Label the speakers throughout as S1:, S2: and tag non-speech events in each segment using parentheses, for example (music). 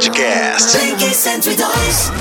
S1: Podcast.
S2: Blink 102.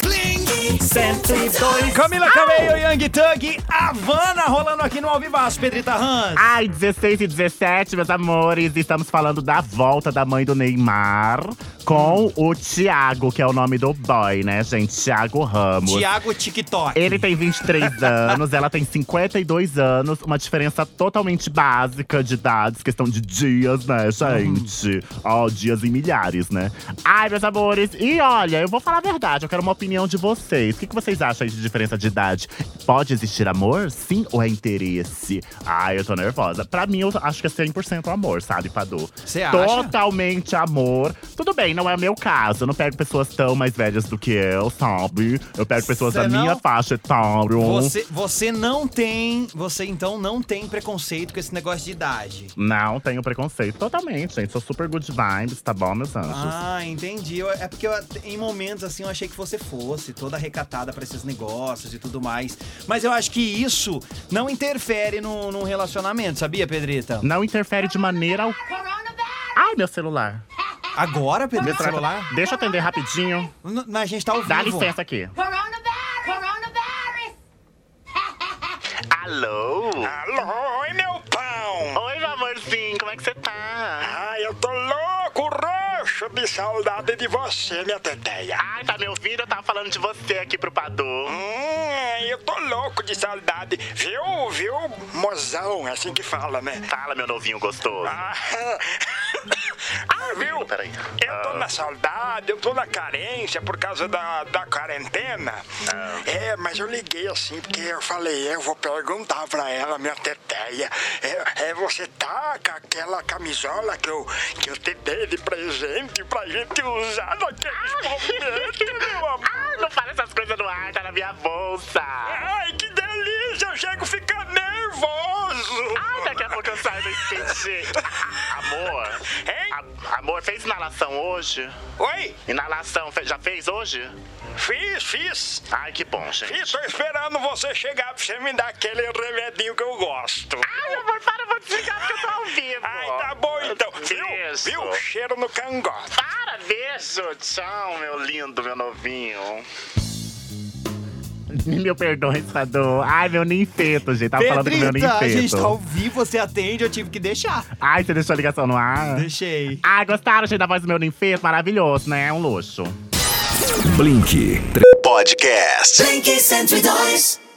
S2: Blink 102.
S3: Camila Cabello, Yang Tug, Havana rolando aqui no Ao Vivaço, Pedrita Hans.
S4: Ai, 16 e 17, meus amores, estamos falando da volta da mãe do Neymar com o Thiago, que é o nome do boy, né, gente? Thiago Ramos.
S3: Tiago TikTok.
S4: Ele
S3: (laughs)
S4: tem 23 anos, ela tem 52 anos, uma diferença totalmente básica de idades, questão de dias, né, gente?
S3: Uhum.
S4: Ó, dias em milhares, né? Ai, meus amores, e olha, eu vou falar a verdade, eu quero uma opinião de vocês. O que, que vocês acham aí de diferença de idade? Pode existir amor? Sim ou é interesse? Ai, eu tô nervosa. Pra mim, eu acho que é 100% amor, sabe, Padu?
S3: Você acha?
S4: Totalmente amor. Tudo bem, não é meu caso. Eu não pego pessoas tão mais velhas do que eu, sabe? Eu pego pessoas
S3: Cê
S4: da minha
S3: não?
S4: faixa etária.
S3: Você, você não tem. Você então não tem preconceito com esse negócio de idade.
S4: Não tenho preconceito totalmente, gente. Sou super good vibes, tá bom, meus anjos?
S3: Ah, entendi. Eu- é porque eu, em momentos assim eu achei que você fosse toda recatada pra esses negócios e tudo mais. Mas eu acho que isso não interfere no, num relacionamento, sabia, Pedrita?
S4: Não interfere de maneira al... Ai, meu celular.
S3: Agora,
S4: Meu
S3: Pedrita,
S4: celular.
S3: celular?
S4: Deixa eu atender rapidinho.
S3: N- A gente tá ao vivo.
S4: Dá licença aqui.
S5: Coronavirus! Coronavirus!
S4: Alô?
S6: Alô, oi meu pão!
S4: Oi, meu amorzinho, como é que você tá?
S6: Ai, eu tô louco, roxo de saudade de você, minha teteia.
S4: Ai, tá me ouvindo? Eu tava falando de você aqui pro Padu.
S6: Hum, eu tô louco de saudade, viu, viu, mozão, é assim que fala, né?
S4: Fala, meu novinho gostoso.
S6: Ah, (laughs) ah, viu?
S4: Peraí.
S6: Eu tô na saudade, eu tô na carência por causa da, da quarentena. É, mas eu liguei assim, porque eu falei, eu vou perguntar pra ela, minha teteia. É, é, você tá com aquela camisola que eu, que eu te dei de presente pra gente usar naqueles momentos, meu amor?
S4: Ai, não fala essas coisas no ar, tá na minha bolsa.
S6: Ai, que delícia! Eu chego a ficar nervoso!
S4: Ai, daqui a pouco eu saio do expediente. (laughs) Amor,
S6: Hein?
S4: a- amor, fez inalação hoje?
S6: Oi!
S4: Inalação, fe- já fez hoje?
S6: Fiz, fiz!
S4: Ai, que bom, gente.
S6: E tô é esperando você chegar pra você me dar aquele remedinho que eu gosto.
S4: Ai, amor, para, eu vou desligar porque eu tô ao vivo.
S6: Ai, tá bom então. Viu?
S4: Beijo.
S6: Viu? Cheiro no cangote.
S4: Para, beijo. Tchau, meu lindo, meu novinho. (laughs) Meu perdão, Estador. Ai, meu ninfeto, gente. Tava falando com meu
S3: Pedrita, a gente
S4: ninfeto.
S3: tá ao vivo, você atende, eu tive que deixar.
S4: (laughs) Ai, você deixou a ligação no ar?
S3: Deixei.
S4: Ai, gostaram, gente, da voz do meu ninfeto? Maravilhoso, né? É um luxo.
S1: Podcast.
S2: Blink 102.